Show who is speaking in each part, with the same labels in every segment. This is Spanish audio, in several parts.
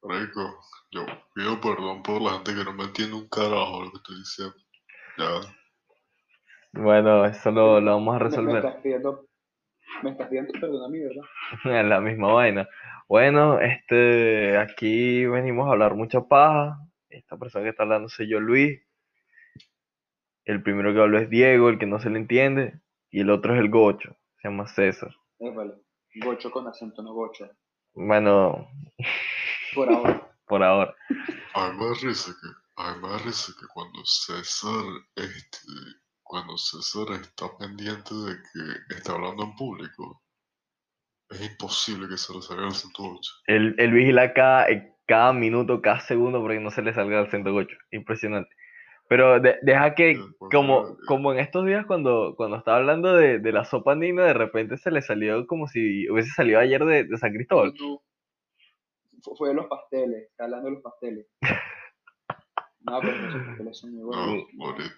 Speaker 1: Correcto. Yo pido perdón por la gente que no me entiende un carajo lo que estoy diciendo. Ya.
Speaker 2: Bueno, eso lo, lo vamos a
Speaker 3: Me,
Speaker 2: resolver.
Speaker 3: estás pidiendo, me estás pidiendo perdón a mí, ¿verdad?
Speaker 2: Es la misma vaina. Bueno, este, aquí venimos a hablar mucha paja. Esta persona que está hablando soy yo, Luis. El primero que habló es Diego, el que no se le entiende. Y el otro es el gocho, se llama César.
Speaker 3: Eh, vale. Gocho con acento no gocho.
Speaker 2: Bueno,
Speaker 3: Por ahora.
Speaker 2: por ahora.
Speaker 1: A mí me da risa que, a mí me da risa que cuando César, este, cuando César está pendiente de que está hablando en público, es imposible que se le salga el acento gocho.
Speaker 2: Él, él vigila cada, eh, cada minuto, cada segundo, porque no se le salga el acento gocho. Impresionante. Pero de- deja que,
Speaker 1: Eh, por
Speaker 2: como,
Speaker 1: favor, eh,
Speaker 2: como en estos días cuando, cuando estaba hablando de, de la sopa andina, de repente se le salió como si hubiese salido ayer de, de San Cristóbal.
Speaker 3: No. Fue- Fue de los pasteles, está hablando de los pasteles. No, pero esos pasteles son muy buenos.
Speaker 1: No, ahorita,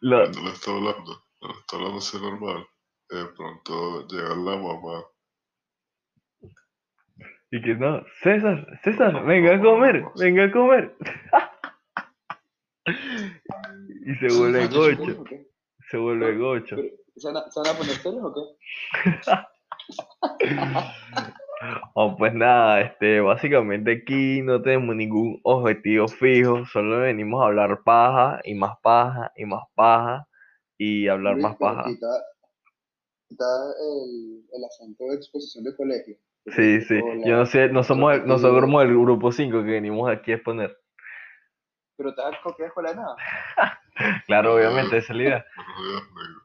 Speaker 2: Lo-
Speaker 1: cuando le está hablando, cuando está hablando así normal, de pronto llega la mamá.
Speaker 2: y que no, César, César,
Speaker 1: no,
Speaker 2: venga a
Speaker 1: no, no,
Speaker 2: comer,
Speaker 1: no.
Speaker 2: venga a comer. y se
Speaker 1: Sí,
Speaker 2: vuelve
Speaker 1: sí, sí, sí.
Speaker 2: gocho,
Speaker 3: ¿O qué?
Speaker 2: se vuelve gocho.
Speaker 3: Pero, ¿Se van a- se van a poner serios o qué?
Speaker 2: Oh, pues nada, este, básicamente aquí no tenemos ningún objetivo fijo, solo venimos a hablar paja y más paja y más paja y hablar
Speaker 3: Luis,
Speaker 2: más
Speaker 3: pero
Speaker 2: paja.
Speaker 3: aquí Está, está el, el acento de exposición de colegio.
Speaker 2: Sí, sí, yo no
Speaker 3: Hola.
Speaker 2: sé, no somos, el- no
Speaker 3: objetivo.
Speaker 2: somos el grupo 5 que venimos aquí a exponer.
Speaker 3: Pero estás con qué escuela de nada.
Speaker 2: Claro, obviamente, esa es la idea.
Speaker 1: Buenos días, negro.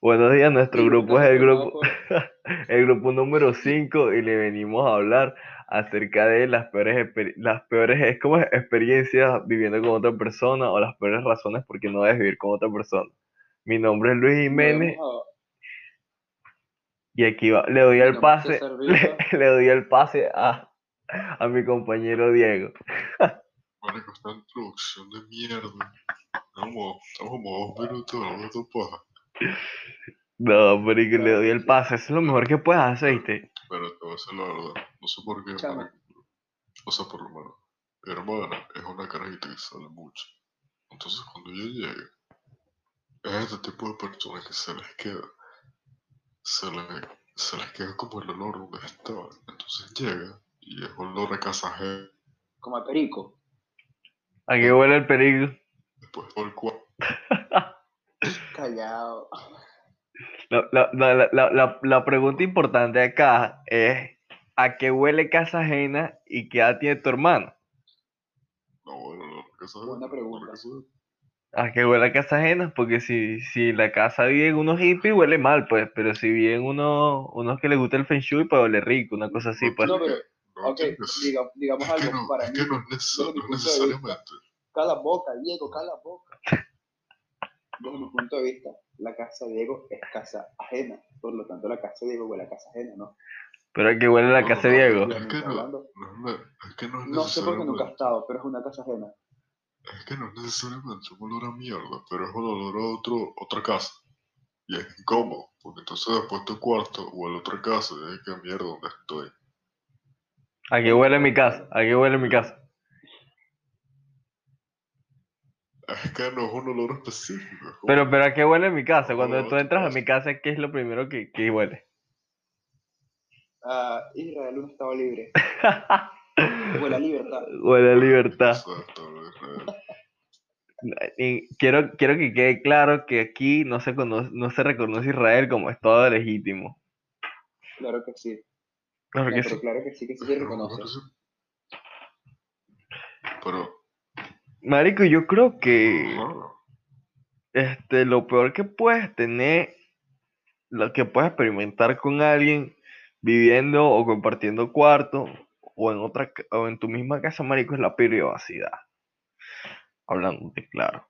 Speaker 2: Buenos días, nuestro
Speaker 3: Sí,
Speaker 2: grupo es
Speaker 3: estás
Speaker 2: el
Speaker 3: formado
Speaker 2: grupo,
Speaker 3: por- pues.
Speaker 2: el grupo número 5 y le venimos a hablar acerca de las peores, exper- las peores es como experiencias viviendo con otra persona o las peores razones por qué no debes vivir con otra persona. Mi nombre es Luis Jiménez
Speaker 3: Vamos
Speaker 2: y aquí va- le doy
Speaker 3: a-
Speaker 2: el
Speaker 3: vamos a
Speaker 2: pase,
Speaker 3: César
Speaker 2: le,
Speaker 3: Rico.
Speaker 2: le doy el pase a, a mi compañero Diego.
Speaker 1: Marico, esta introducción de mierda. Estamos, estamos como dos minutos hablando de paja.
Speaker 2: No, pero y que le doy el pase, eso es lo mejor que puedes hacer, ¿viste?
Speaker 1: Pero te voy a decir la verdad, no sé por qué,
Speaker 3: Chama.
Speaker 1: marico. O sea, por lo menos, mi hermana es una carajita que sale mucho. Entonces, cuando yo llegue, es este tipo de personas que se les queda, se les, se les queda como el olor donde estaban. Entonces llega y es olor a casa ajena.
Speaker 3: Como a Perico.
Speaker 2: ¿A qué huele el peligro?
Speaker 1: Después por cuarto,
Speaker 3: Callado.
Speaker 2: La, la- la- la- la- la- la pregunta importante acá es ¿a qué huele casa ajena y qué edad tiene tu hermano?
Speaker 1: no, bueno, olor a casa
Speaker 3: Buena
Speaker 1: ajena. olor a
Speaker 3: pregunta.
Speaker 1: casa ajena.
Speaker 2: ¿A qué huele a casa ajena? Porque si, si la casa vive en unos hippies, huele mal, pues, pero si viven unos, unos que les gusta el feng shui, pues huele rico, una cosa así, pues.
Speaker 3: No, pero,
Speaker 1: No,
Speaker 3: ok,
Speaker 1: tienes-
Speaker 3: diga- digamos
Speaker 1: es que
Speaker 3: algo.
Speaker 1: no,
Speaker 3: Para
Speaker 1: es
Speaker 3: mí,
Speaker 1: que no es neces-
Speaker 3: desde mi
Speaker 1: no es
Speaker 3: punto de vista.
Speaker 1: necesariamente.
Speaker 3: cala boca, Diego, cala boca. Desde mi punto de vista, la casa de Diego es casa ajena. Por lo tanto, la casa de Diego huele a casa ajena, ¿no?
Speaker 2: Pero ¿a qué huele la
Speaker 1: No,
Speaker 2: casa de
Speaker 1: no,
Speaker 2: Diego?
Speaker 1: Es que
Speaker 3: Obviamente hablando.
Speaker 1: No es ne- es que no es
Speaker 3: No sé por qué nunca he
Speaker 1: necesariamente.
Speaker 3: estado, pero es una casa ajena.
Speaker 1: Es que no es necesariamente un olor a mierda, pero es un olor a otro, otra casa. Y es incómodo, porque entonces después tu cuarto o el otra casa, y es que mierda donde estoy.
Speaker 2: ¿A qué huele mi casa? ¿A qué huele mi casa?
Speaker 1: Es que no es un olor específico. es como-
Speaker 2: Pero, pero ¿a qué huele mi casa? Cuando
Speaker 1: No,
Speaker 2: tú entras a
Speaker 1: pues.
Speaker 2: mi casa, ¿qué es lo primero que, que huele?
Speaker 3: Ah, Israel, un estado libre. Huele a libertad.
Speaker 2: Huele a libertad.
Speaker 1: O sea, está bien, eh,
Speaker 2: Y quiero, quiero que quede claro que aquí no se, conoce, no se reconoce a Israel como Estado legítimo.
Speaker 3: Claro que sí.
Speaker 2: Claro
Speaker 3: No,
Speaker 2: que
Speaker 3: pero
Speaker 2: sí.
Speaker 3: claro que sí, que sí se
Speaker 1: no, no
Speaker 3: reconoce.
Speaker 1: sé. Pero,
Speaker 2: Marico, yo creo que
Speaker 1: ajá,
Speaker 2: este, lo peor que puedes tener, lo que puedes experimentar con alguien viviendo o compartiendo cuarto o en otra ca- o en tu misma casa, marico, es la privacidad. Hablando de claro.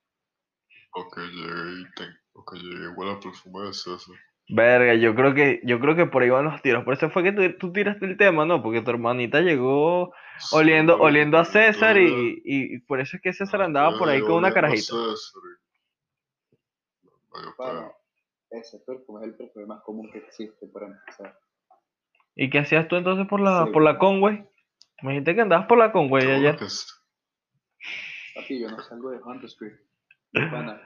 Speaker 1: o que llegue y te- o que llegue y huela a perfume de César.
Speaker 2: Verga, yo creo que, yo creo que por ahí van los tiros. Por eso fue que tú, tú tiraste el tema, ¿no? Porque tu hermanita llegó
Speaker 1: Sí,
Speaker 2: Oliendo,
Speaker 1: marico,
Speaker 2: oliendo a
Speaker 1: porque
Speaker 2: César
Speaker 1: entonces-
Speaker 2: y, y- y por eso es que César
Speaker 1: Ah,
Speaker 2: andaba por ahí
Speaker 1: yo
Speaker 2: con una
Speaker 1: oliendo a
Speaker 2: carajita.
Speaker 1: César y- Vaya
Speaker 3: Bueno,
Speaker 1: pedo.
Speaker 3: ese perfume es el perfume más común que existe para empezar.
Speaker 2: ¿Y qué hacías tú entonces por la,
Speaker 3: Sí.
Speaker 2: por la Conway? Me dijiste que andabas por la Conway
Speaker 1: Tengo una
Speaker 2: ayer.
Speaker 1: canción-
Speaker 3: Papi, yo no salgo de Hunter Street. mi pana.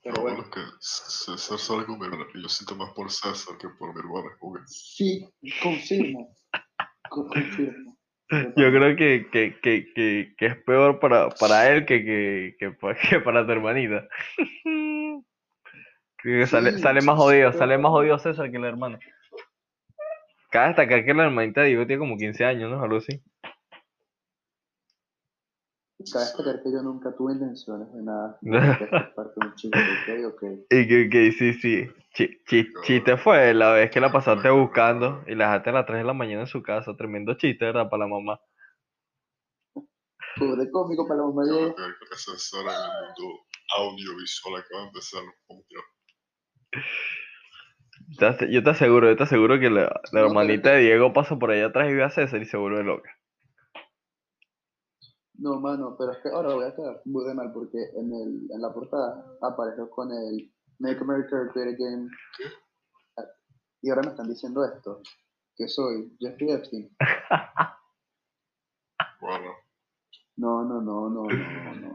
Speaker 3: Pero
Speaker 1: Pero
Speaker 3: bueno,
Speaker 1: bueno, que C- César sale con mi hermana. Y yo siento más por César que por mi hermana. como que-
Speaker 3: sí, confirmo. Co- Confirmo.
Speaker 2: Yo creo que, que, que, que, que es peor para, para él que, que, que, pa- que para tu hermanita. Creo que sale,
Speaker 3: Sí,
Speaker 2: sale más
Speaker 3: sí,
Speaker 2: jodido,
Speaker 3: sí,
Speaker 2: sale más
Speaker 3: claro.
Speaker 2: jodido César que la hermana. Cabe destacar que la hermanita de Diego tiene como 15 años, ¿no? Algo así.
Speaker 3: Cada vez que ver que yo nunca tuve intenciones de nada. de ser parte de un chico, ok, ok.
Speaker 2: Y que, que sí, sí. Chi- chi- chiste fue la vez que la pasaste buscando y la dejaste a las 3 de la mañana en su casa. Tremendo chiste, ¿verdad? Para la mamá.
Speaker 3: Pobre cómico para la mamá de
Speaker 1: Yo
Speaker 3: ella.
Speaker 1: creo que César en el mundo audiovisual acaba de empezar. como que-
Speaker 2: Te ase- Yo te aseguro, yo te aseguro que la, la
Speaker 3: No, pero
Speaker 2: hermanita de Diego pasa por allá atrás y ve a César y se vuelve loca.
Speaker 3: No, mano, pero es que ahora voy a quedar muy de mal porque en, el, en la portada apareció con el Make America Great Again. Y ahora me están diciendo esto: que soy Jeffrey Epstein.
Speaker 1: Bueno,
Speaker 3: No, no, no, no, no, no.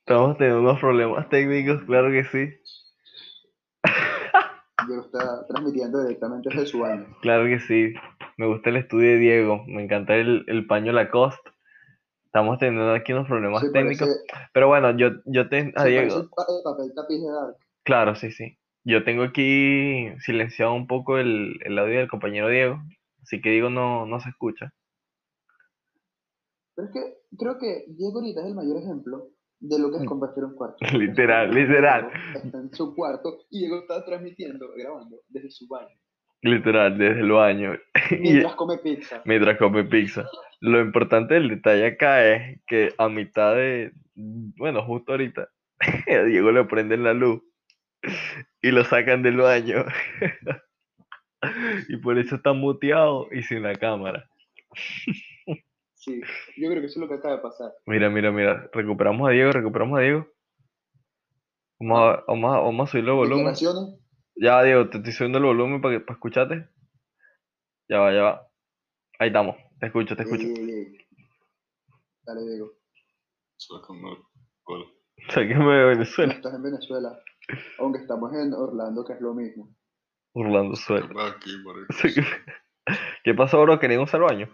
Speaker 2: Estamos teniendo unos problemas técnicos, claro que sí.
Speaker 3: Yo lo estaba transmitiendo directamente desde su baño.
Speaker 2: Claro que sí. Me gusta el estudio de Diego. Me encanta el, el paño Lacoste. Estamos teniendo aquí unos problemas
Speaker 3: Se parece-
Speaker 2: técnicos. Pero bueno, yo, yo te... a
Speaker 3: se
Speaker 2: Diego-
Speaker 3: parece pa- el papel tapiz de Dark.
Speaker 2: Claro, sí, sí. Yo tengo aquí silenciado un poco el, el audio del compañero Diego. Así que Diego no, no se escucha.
Speaker 3: Pero es que creo que Diego ahorita es el mayor ejemplo de lo que es compartir un cuarto.
Speaker 2: Mm. Literal, literal.
Speaker 3: Diego Está en su cuarto y Diego está transmitiendo, grabando desde su baño.
Speaker 2: Literal, desde el baño. Y-
Speaker 3: Mientras come pizza.
Speaker 2: mientras come pizza. Lo importante del detalle acá es que a mitad de, bueno, justo ahorita, a Diego le prenden la luz y lo sacan del baño. Y por eso está muteado y sin la cámara.
Speaker 3: Sí, yo creo que eso es lo que acaba de pasar.
Speaker 2: Mira, mira, mira. Recuperamos a Diego, recuperamos a Diego. Vamos a, vamos a- vamos a subirle el volumen.
Speaker 3: Declaraciones.
Speaker 2: Ya, Diego, te estoy subiendo el volumen para, que, para escucharte. Ya va, ya va. Ahí estamos. Te escucho, te escucho.
Speaker 3: Ey, ey, ey. Dale, Diego.
Speaker 1: solo que no- bueno,
Speaker 2: Sáquenme de
Speaker 3: No
Speaker 2: Venezuela.
Speaker 3: estás en Venezuela, aunque estamos en Orlando, que es lo mismo.
Speaker 2: Orlando Suárez.
Speaker 1: ¿qué más aquí, marico?
Speaker 2: Sí, ¿Qué ¿Qué pasó, bro? ¿Querían usar baño?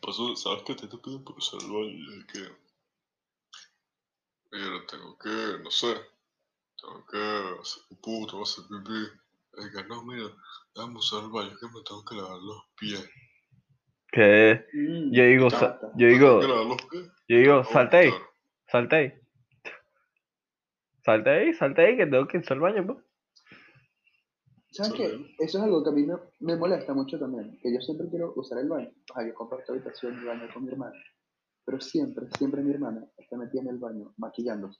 Speaker 1: Pasó, ¿sabes qué? Te te piden por usar el baño y es que. Mira, tengo que, no sé, tengo que hacer pupú, tengo que hacer pipí. Y dije, no, mira, déjame usar el baño, que me tengo que lavar los pies.
Speaker 2: Que yo digo, sa-
Speaker 3: Mm, Chata.
Speaker 2: yo
Speaker 1: ¿Me
Speaker 2: digo,
Speaker 1: tengo que lavar los pies?
Speaker 2: yo digo,
Speaker 1: No,
Speaker 2: salte ahí,
Speaker 1: claro.
Speaker 2: salte ahí. Salte ahí, salte ahí, que tengo que usar el baño, pues.
Speaker 3: ¿Sabes
Speaker 1: Sí.
Speaker 3: qué? Eso es algo que a mí me, me molesta mucho también, que yo siempre quiero usar el baño. O sea, yo comparto habitación y baño con mi hermana, pero siempre, siempre mi hermana está metida en el baño maquillándose.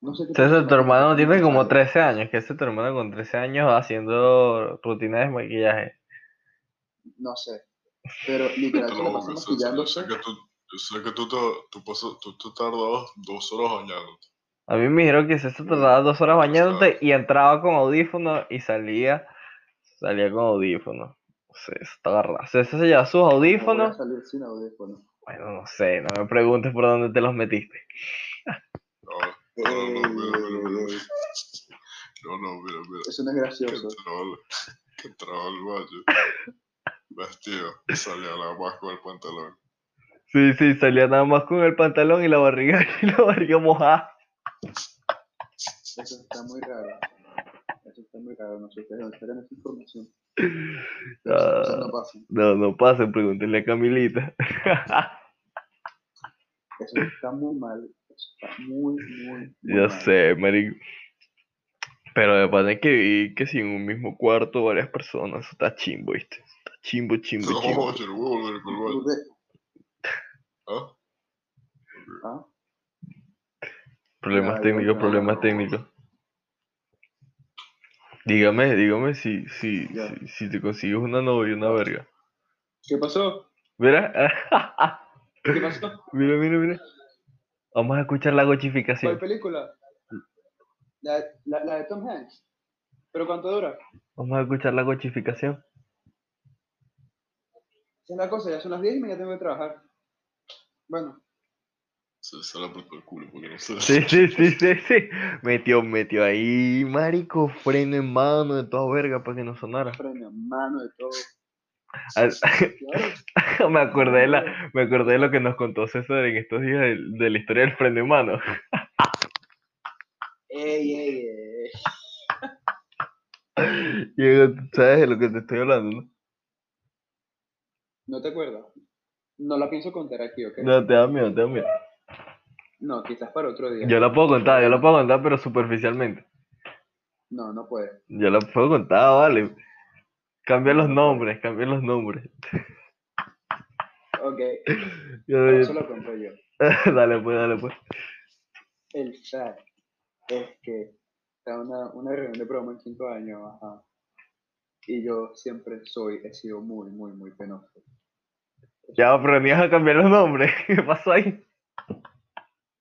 Speaker 3: No sé qué
Speaker 2: Entonces,
Speaker 3: pasa,
Speaker 2: tu hermano
Speaker 3: maquillándose,
Speaker 2: tiene como
Speaker 3: sale.
Speaker 2: 13 años, que ese tu hermano con 13 años haciendo rutinas de maquillaje.
Speaker 3: No sé, pero literal se la
Speaker 1: Pero,
Speaker 3: pasa
Speaker 1: que se- se- Yo
Speaker 3: maquillándose.
Speaker 1: sé que tú, yo sé que tú, te- tú, pasas- tú te tardabas dos horas bañándote.
Speaker 2: A mí me dijeron que se tardaba dos horas bañándote y entraba con audífonos y salía, salía con audífonos. Se está César se lleva sus
Speaker 3: No voy a
Speaker 2: audífonos.
Speaker 3: salir sin audífono.
Speaker 2: Bueno, no sé, no me preguntes por dónde te los metiste.
Speaker 1: No,
Speaker 3: Ey,
Speaker 1: no, no, mira, mira,
Speaker 3: ey,
Speaker 1: mira.
Speaker 3: ey.
Speaker 1: No, no, mira, mira.
Speaker 3: Eso no es
Speaker 1: Que
Speaker 3: gracioso.
Speaker 1: entraba al, que entraba al baño. Vestido. Y salía la más con el pantalón.
Speaker 2: Sí, sí, salía nada más con el pantalón y la barriga, y la barriga mojada.
Speaker 3: Eso está muy raro. Eso está muy raro. No sé ustedes dónde sacan esa información. Pero esas
Speaker 2: Ah,
Speaker 3: cosas no pasan.
Speaker 2: no, no pasa, pregúntenle a Camilita.
Speaker 3: Eso está muy mal. Eso está muy, muy, muy
Speaker 2: Ya
Speaker 3: mal.
Speaker 2: sé, marico. Pero de pana que vi que si en un mismo cuarto varias personas, eso está chimbo, ¿viste? Está chimbo, chimbo,
Speaker 1: No,
Speaker 2: chimbo.
Speaker 1: yo no voy a volver con el baño.
Speaker 3: Ustedes-
Speaker 1: ¿Ah?
Speaker 3: ah,
Speaker 2: Problemas
Speaker 3: Ay,
Speaker 2: técnicos,
Speaker 3: no,
Speaker 2: problemas
Speaker 1: no.
Speaker 2: técnicos. Dígame, dígame si, si,
Speaker 3: Ya.
Speaker 2: si, si te consigues una novia, una verga.
Speaker 3: ¿Qué pasó?
Speaker 2: Mira,
Speaker 3: ¿Qué pasó?
Speaker 2: mira, mira, mira. Vamos a escuchar la
Speaker 3: ¿Cuál
Speaker 2: gochificación.
Speaker 3: película? La, la, la de Tom Hanks. ¿Pero cuánto dura?
Speaker 2: Vamos a escuchar la cochificación.
Speaker 3: Esa es la cosa, ya son las 10 y ya tengo que trabajar. Bueno,
Speaker 1: Se, se la apretó el culo porque no se
Speaker 2: Sí, sí, sí, sí, sí. Metió, metió ahí, marico, freno en mano de toda verga para que no sonara.
Speaker 4: Premio, mano de todo.
Speaker 2: Al-
Speaker 3: claro.
Speaker 2: me acordé de la, me acordé de lo que nos contó César en estos días del- de, la historia del freno en mano.
Speaker 3: Ey, ey, ey.
Speaker 2: Diego, tú sabes de lo que te estoy hablando, ¿no?
Speaker 3: ¿No te acuerdas? No la pienso contar aquí, ¿ok? No,
Speaker 2: No, te da miedo, te da miedo.
Speaker 3: quizás para otro día.
Speaker 2: Yo la puedo contar, yo la puedo contar, pero superficialmente.
Speaker 4: No, no puede.
Speaker 2: Yo la puedo contar, vale. Cambia los nombres, cambia los nombres.
Speaker 3: Ok,
Speaker 2: Yo-
Speaker 3: eso
Speaker 2: yo-
Speaker 3: lo cuento yo.
Speaker 2: dale, pues, dale, pues.
Speaker 3: El fact es que era una, una reunión de promo en quinto año, ajá. Y yo siempre soy, he sido muy, muy, muy penoso.
Speaker 2: Ya, pero ni vas a cambiar los nombres. ¿Qué pasó ahí?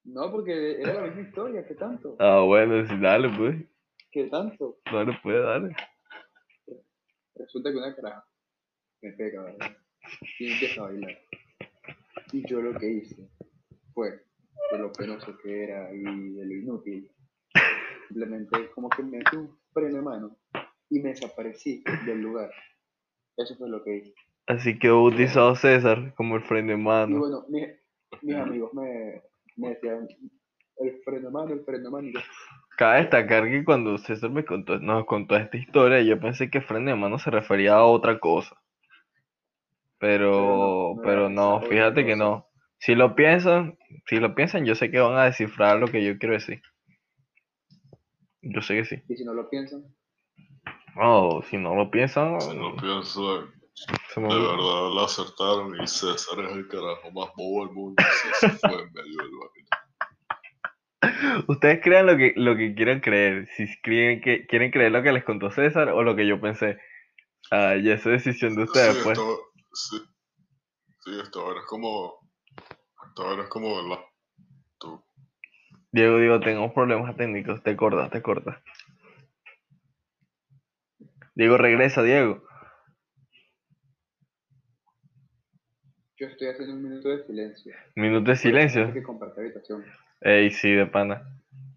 Speaker 3: No, porque era la misma historia, ¿qué tanto?
Speaker 2: Ah, bueno, sí, dale, pues.
Speaker 3: ¿Qué tanto?
Speaker 2: Dale, pues, dale.
Speaker 3: Resulta que una caraja me pega, ¿verdad? Y empieza a bailar. Y yo lo que hice fue, de lo penoso que era y de lo inútil, simplemente como que me metí un freno de mano y me desaparecí del lugar. Eso fue lo que hice.
Speaker 2: Así que bautizado César como el freno de
Speaker 3: Y
Speaker 2: mano.
Speaker 3: bueno, mi- mis amigos me, me decían el freno de mano, el freno de mano. Y yo,
Speaker 2: Cabe destacar que cuando César me contó, nos contó esta historia, yo pensé que freno de mano se refería a otra cosa. Pero,
Speaker 3: no, no era
Speaker 2: pero
Speaker 3: esa
Speaker 2: no,
Speaker 3: otra
Speaker 2: fíjate que
Speaker 3: cosa.
Speaker 2: no. Si lo piensan, si lo piensan, yo sé que van a descifrar lo que yo quiero decir. Yo sé que sí.
Speaker 3: y si no lo piensan,
Speaker 2: No, si no lo piensan,
Speaker 1: Si no pienso, de
Speaker 2: se me olvidó.
Speaker 1: verdad la acertaron y César es el carajo más bobo del mundo. César fue en medio del barrio.
Speaker 2: Ustedes crean lo que, lo que quieran creer. Si creen que, quieren creer lo que les contó César o lo que yo pensé. Ah, ya eso es decisión de
Speaker 1: Sí,
Speaker 2: ustedes, pues.
Speaker 1: esto, sí, sí, esto ahora es como. Esto ahora es como la. Tú.
Speaker 2: Diego, Diego, tengo problemas técnicos. Te corta, te corta. Diego, regresa, Diego.
Speaker 3: yo estoy haciendo un minuto de silencio.
Speaker 2: Minuto de silencio.
Speaker 3: Hay que compartir habitación.
Speaker 2: Ey, sí, de pana.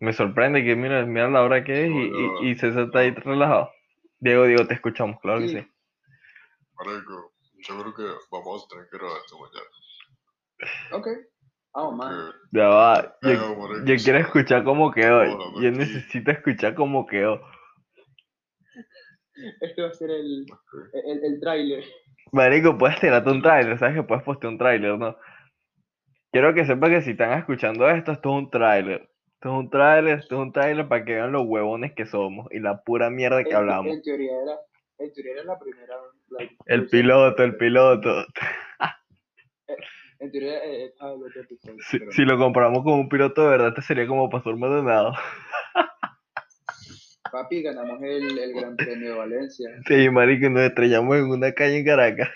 Speaker 2: Me sorprende que mira, mira la hora que es y,
Speaker 1: Hola.
Speaker 2: y, y César está ahí relajado. Diego, Diego, te escuchamos, claro que
Speaker 3: Sí.
Speaker 2: sí.
Speaker 1: Marico, yo creo que vamos a tener que grabar esto mañana.
Speaker 3: Ok, vamos, man.
Speaker 1: porque-
Speaker 2: Ya va. Yo,
Speaker 1: Claro, marico,
Speaker 2: yo
Speaker 1: sí.
Speaker 2: quiero escuchar cómo quedó.
Speaker 1: Hola,
Speaker 2: Yo
Speaker 1: marico.
Speaker 2: necesito escuchar cómo quedó.
Speaker 3: Este va a ser el, el, el tráiler.
Speaker 2: Marico, puedes tirarte un tráiler, ¿sabes que puedes postear un tráiler, no? Quiero que sepan que si están escuchando esto, esto es un tráiler. Esto es un tráiler, esto es un tráiler para que vean los huevones que somos y la pura mierda que
Speaker 3: En-
Speaker 2: hablamos.
Speaker 3: En teoría era, en teoría era la primera. la-
Speaker 2: El piloto, el piloto.
Speaker 3: En teoría eh, eh, ah, el otro episodio,
Speaker 2: Si,
Speaker 3: pero
Speaker 2: si lo comparamos con un piloto de verdad, este sería como Pastor Maldonado.
Speaker 3: Papi, ganamos el, el Gran Premio de Valencia.
Speaker 2: Sí, marico, y nos estrellamos en una calle en Caracas.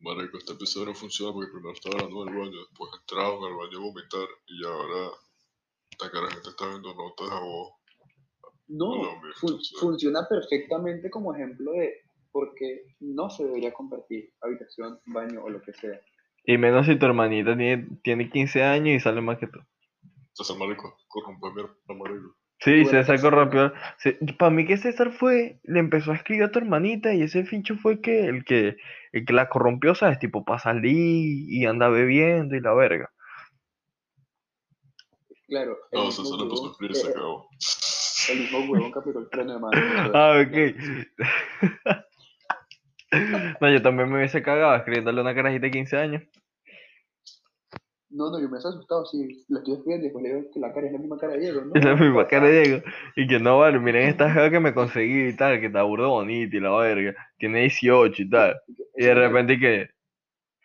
Speaker 1: Marico, este episodio no funciona porque primero estaba hablando del baño, después entraron al baño a vomitar y ahora esta cara gente está viendo notas a vos.
Speaker 3: No,
Speaker 1: Colombia,
Speaker 3: fun-
Speaker 1: sí.
Speaker 3: funciona perfectamente como ejemplo de por qué no se debería compartir habitación, baño o lo que sea.
Speaker 2: Y menos si tu hermanita tiene, tiene 15 años y sale más que tú.
Speaker 1: César Marico, corrompe mi hermano Marico.
Speaker 2: Sí,
Speaker 3: Tú eres
Speaker 2: César
Speaker 3: César.
Speaker 2: corrompió. para mí que César fue, le empezó a escribir a tu hermanita y ese fincho fue que el que, el que la corrompió, ¿sabes? Tipo, para salir y anda bebiendo y la verga.
Speaker 3: Claro, el
Speaker 1: No,
Speaker 3: mismo
Speaker 1: César le puso a
Speaker 3: huevón,
Speaker 1: escribir y se
Speaker 3: eh,
Speaker 1: acabó.
Speaker 3: eh, el mismo huevón que aplicó el freno de mano.
Speaker 2: Ah, ok. No, yo también me hubiese cagado escribiéndole a una carajita de 15 años.
Speaker 3: No, no, yo me he asustado si lo estoy escribiendo y después le veo que la cara es la misma cara de Diego, ¿no?
Speaker 2: Y la misma cara de Diego. Y que no, vale, miren esta jeva que me conseguí y tal, que está burdo bonita y la verga. Tiene 18 y tal. Y de repente que,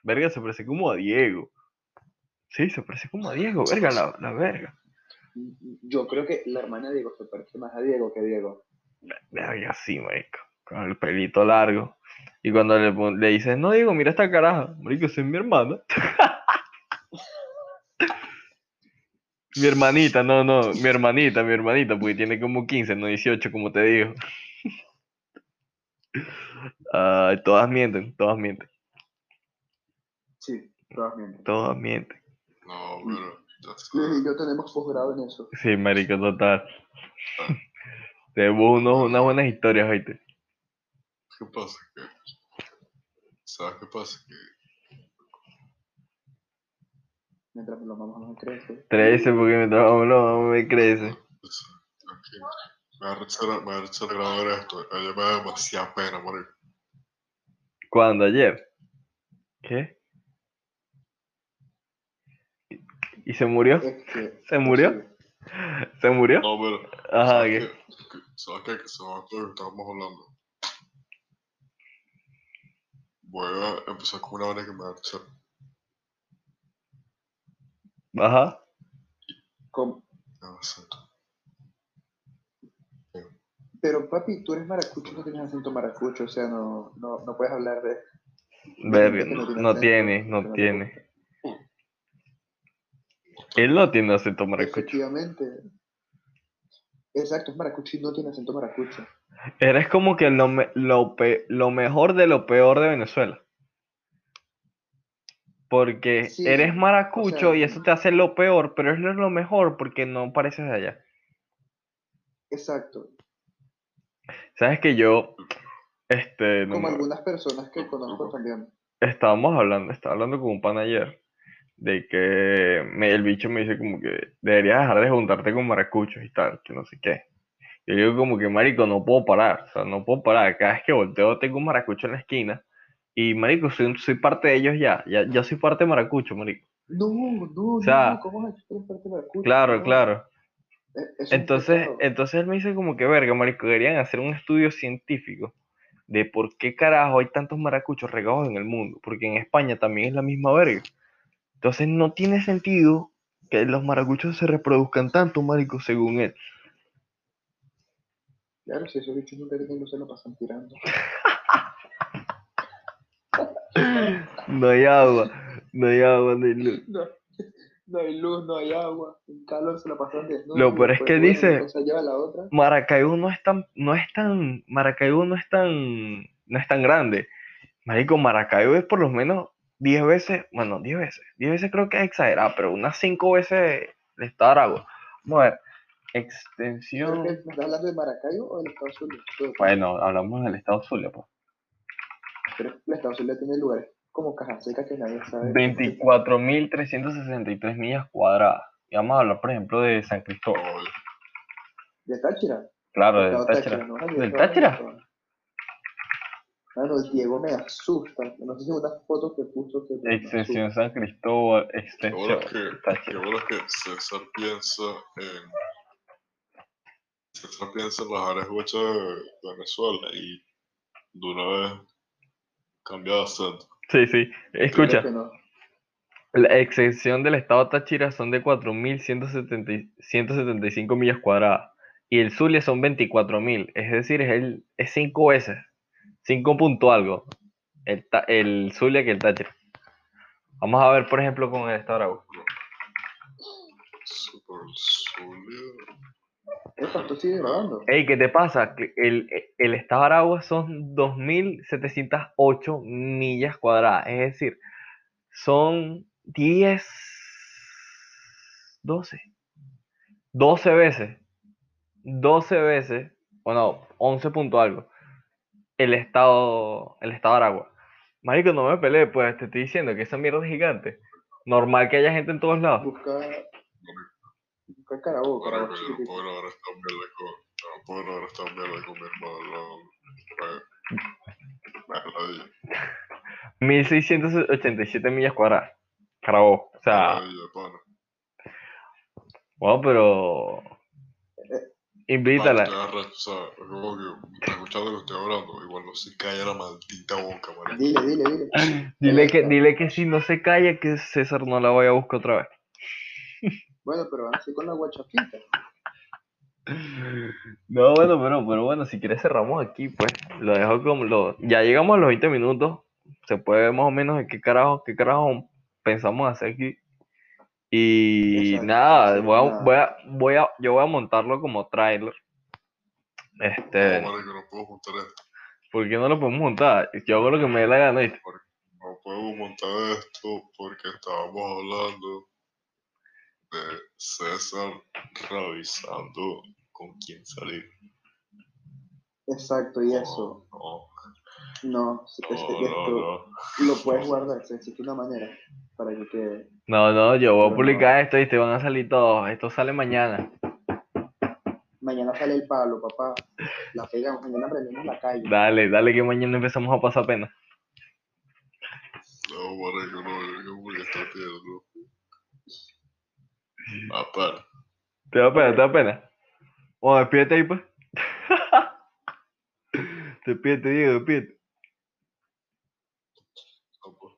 Speaker 2: verga, se parece como a Diego. Sí, se parece como a Diego, verga, la, la verga.
Speaker 3: Yo creo que la hermana de Diego se parece más a Diego que a Diego.
Speaker 2: Verga, sí, marico. Con el pelito largo. Y cuando le, pon- le dices, no, Diego, mira esta caraja. Marico, esa es mi hermana. Mi hermanita, no, no, mi hermanita, mi hermanita, porque tiene como 15, no 18, como te digo. Ay, todas mienten, todas mienten,
Speaker 3: Sí, todas mienten.
Speaker 2: todas mienten.
Speaker 1: No, pero ya
Speaker 5: Luis
Speaker 1: está.
Speaker 5: y yo tenemos posgrado en eso.
Speaker 2: Sí, marico, total. Tenemos unos- unas buenas historias, oíste.
Speaker 1: ¿Qué pasa? Que, ¿Sabes qué pasa? Que
Speaker 3: Mientras lo mamá no crece.
Speaker 2: 13, porque me trabajo, no, no me crece.
Speaker 1: pues, aquí, me va a rechazar, me va a rechazar grabar esto. A mí me da demasiada pena, marico.
Speaker 2: ¿Cuándo? ¿Ayer? ¿Qué? ¿Y- ¿Y se murió?
Speaker 3: Es que.
Speaker 2: ¿Se
Speaker 3: Este,
Speaker 2: murió? ¿Se murió?
Speaker 1: No, pero.
Speaker 2: Ajá,
Speaker 1: ¿sabes
Speaker 2: ¿qué?
Speaker 1: qué? Que- ¿Sabes qué? Que se va a todo lo que estábamos hablando. Voy a empezar con una vaina que me va a rechazar.
Speaker 2: Ajá.
Speaker 3: ¿Cómo?
Speaker 1: Me va a hacer.
Speaker 3: Pero papi, tú eres maracucho, no tienes acento maracucho, o sea, no, no, no puedes hablar de.
Speaker 2: Verga,
Speaker 3: que no tiene
Speaker 2: no
Speaker 3: acento,
Speaker 2: tiene,
Speaker 3: que
Speaker 2: no
Speaker 3: no
Speaker 2: tiene. Él no tiene acento maracucho.
Speaker 3: Efectivamente. Exacto, es maracucho y no tiene acento maracucho.
Speaker 2: Eres como que lo, me- lo, pe- lo mejor de lo peor de Venezuela. Porque
Speaker 3: Sí,
Speaker 2: eres maracucho y eso te hace lo peor, pero eso es lo mejor porque no pareces de allá.
Speaker 3: Exacto.
Speaker 2: Sabes que yo, este, no
Speaker 3: Como
Speaker 2: me-
Speaker 3: algunas personas que conozco también.
Speaker 2: estábamos hablando, estaba hablando con un pan ayer, de que me- el bicho me dice como que deberías dejar de juntarte con maracuchos y tal, que no sé qué. Yo digo como que, marico, no puedo parar, o sea, no puedo parar. Cada vez que volteo tengo un maracucho en la esquina y, marico, soy, soy parte de ellos ya, ya, ya soy parte de maracucho, marico.
Speaker 3: No, no,
Speaker 2: O sea,
Speaker 3: no, ¿cómo es que tú eres parte maracucho?
Speaker 2: Claro,
Speaker 3: No,
Speaker 2: claro.
Speaker 3: e- eso es un
Speaker 2: Entonces,
Speaker 3: pecado.
Speaker 2: entonces él me dice como que, verga, marico, deberían hacer un estudio científico de por qué carajo hay tantos maracuchos regados en el mundo, porque en España también es la misma verga. Entonces no tiene sentido que los maracuchos se reproduzcan tanto, marico, según él.
Speaker 3: Claro, si esos bichos nunca tienen luz, se lo pasan tirando.
Speaker 2: No hay agua, no hay agua, no hay luz.
Speaker 3: No, no hay luz, no hay agua, el calor se la pasan desnudo.
Speaker 2: Lo peor es que dice-
Speaker 3: O sea, lleva la otra.
Speaker 2: Maracaibo no es tan, no es tan, Maracaibo no es tan, no es tan grande. Marico, Maracaibo es por lo menos 10 veces, bueno, 10 veces, 10 veces creo que es exagerado, pero unas 5 veces el estado de Aragua. Vamos a ver, extensión.
Speaker 3: ¿Me estás hablando de Maracaibo o del Estados Unidos?
Speaker 2: Bueno, hablamos del estado Zulia, pues.
Speaker 3: Pero el Estados Unidos tiene lugares como Cajaseca que nadie sabe.
Speaker 2: 24.363 millas cuadradas. Y vamos a hablar, por ejemplo, de San Cristóbal.
Speaker 1: No, yo-
Speaker 3: De Táchira.
Speaker 2: Claro,
Speaker 3: Estado
Speaker 2: del Táchira.
Speaker 3: ¿no? Ay,
Speaker 2: ¿Del
Speaker 3: Estado
Speaker 2: Táchira?
Speaker 3: Táchira. Claro, Ah, Diego me asusta. No sé si una fotos que puso que. me
Speaker 2: Extensión San Cristóbal,
Speaker 1: Ahora
Speaker 2: extensión
Speaker 1: que, que
Speaker 2: Táchira.
Speaker 1: ahora que César piensa en. César piensa en las áreas huechas de Venezuela y de una vez cambia de acento.
Speaker 2: Sí, sí. Escucha,
Speaker 3: asusta. Que no.
Speaker 2: la extensión del estado Táchira son de 4.175 millas cuadradas. Y el Zulia son 24.000. Es decir, es, el, es cinco veces. 5 punto algo. El, Ta- el Zulia que el Táchira. Vamos a ver, por ejemplo, con el estado de Aragua.
Speaker 1: Super Zulia.
Speaker 3: Epa, tú sigues grabando.
Speaker 2: Ey, ¿qué te pasa? Que El, el estado de Aragua son 2.708 millas cuadradas, es decir, son 10, 12, 12 veces, 12 veces, o no, 11 punto algo, el estado, el estado de Aragua. Marico, no me peleé, pues te estoy diciendo que esa mierda es gigante. Normal que haya gente en todos lados.
Speaker 3: Busca. Busca Carabobo,
Speaker 1: Ahora
Speaker 3: Carabobo
Speaker 1: que yo no
Speaker 3: chiquitito.
Speaker 1: puedo grabar esta mierda con. yo No puedo grabar esta mierda con mi hermano. no. Me- me ladilla,
Speaker 2: 1.687 millas cuadradas. Carabobo, o
Speaker 1: me
Speaker 2: sea...
Speaker 1: ladilla, pana.
Speaker 2: Bueno, pero. Eh,
Speaker 1: Pana,
Speaker 2: Invítala.
Speaker 1: estoy arrecho, ¿sabes? Es como que está escuchando lo que estoy hablando. Igual no se calla la maldita boca, marico.
Speaker 3: Dile, dile, dile.
Speaker 2: Dile que, dile que si no se calla, que César no la vaya a buscar otra vez.
Speaker 3: Bueno, pero van así con la guachapita.
Speaker 2: No, bueno, pero, pero bueno, si quieres cerramos aquí, pues. Lo dejo como lo. Ya llegamos a los 20 minutos. Se puede ver más o menos de qué carajo, qué carajo pensamos hacer aquí. Y
Speaker 3: Exacto,
Speaker 2: nada,
Speaker 3: sí,
Speaker 2: voy a,
Speaker 3: nada.
Speaker 2: voy a- voy a- yo voy a montarlo como trailer. Este,
Speaker 1: No, marico, no puedo montar esto.
Speaker 2: ¿por qué no lo podemos montar? Yo hago lo que me dé la gana, ¿viste?
Speaker 1: No puedo montar esto porque estábamos hablando de César revisando con quién salir.
Speaker 3: Exacto, y eso.
Speaker 1: No,
Speaker 3: No,
Speaker 1: no,
Speaker 3: este-
Speaker 1: no,
Speaker 3: esto
Speaker 1: no.
Speaker 3: lo puedes guardar, se existe una manera para que quede.
Speaker 2: No, no, yo voy a
Speaker 3: No,
Speaker 2: publicar esto y te van a salir todos. Esto sale mañana.
Speaker 3: Mañana sale el Pablo, papá. La pegamos, mañana prendemos la calle.
Speaker 2: Dale, dale que mañana empezamos a pasar pena.
Speaker 1: No, marico, no, yo creo que voy a estar pidiendo. Aparte,
Speaker 2: ¿Te da pena? ¿Te da pena? Bueno, despídete ahí, pues. despídete, Diego, despídete.
Speaker 1: no, pues,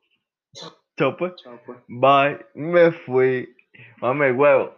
Speaker 2: Chao, pues.
Speaker 3: Chao, pues.
Speaker 2: Bye, me fui. Mame el huevo.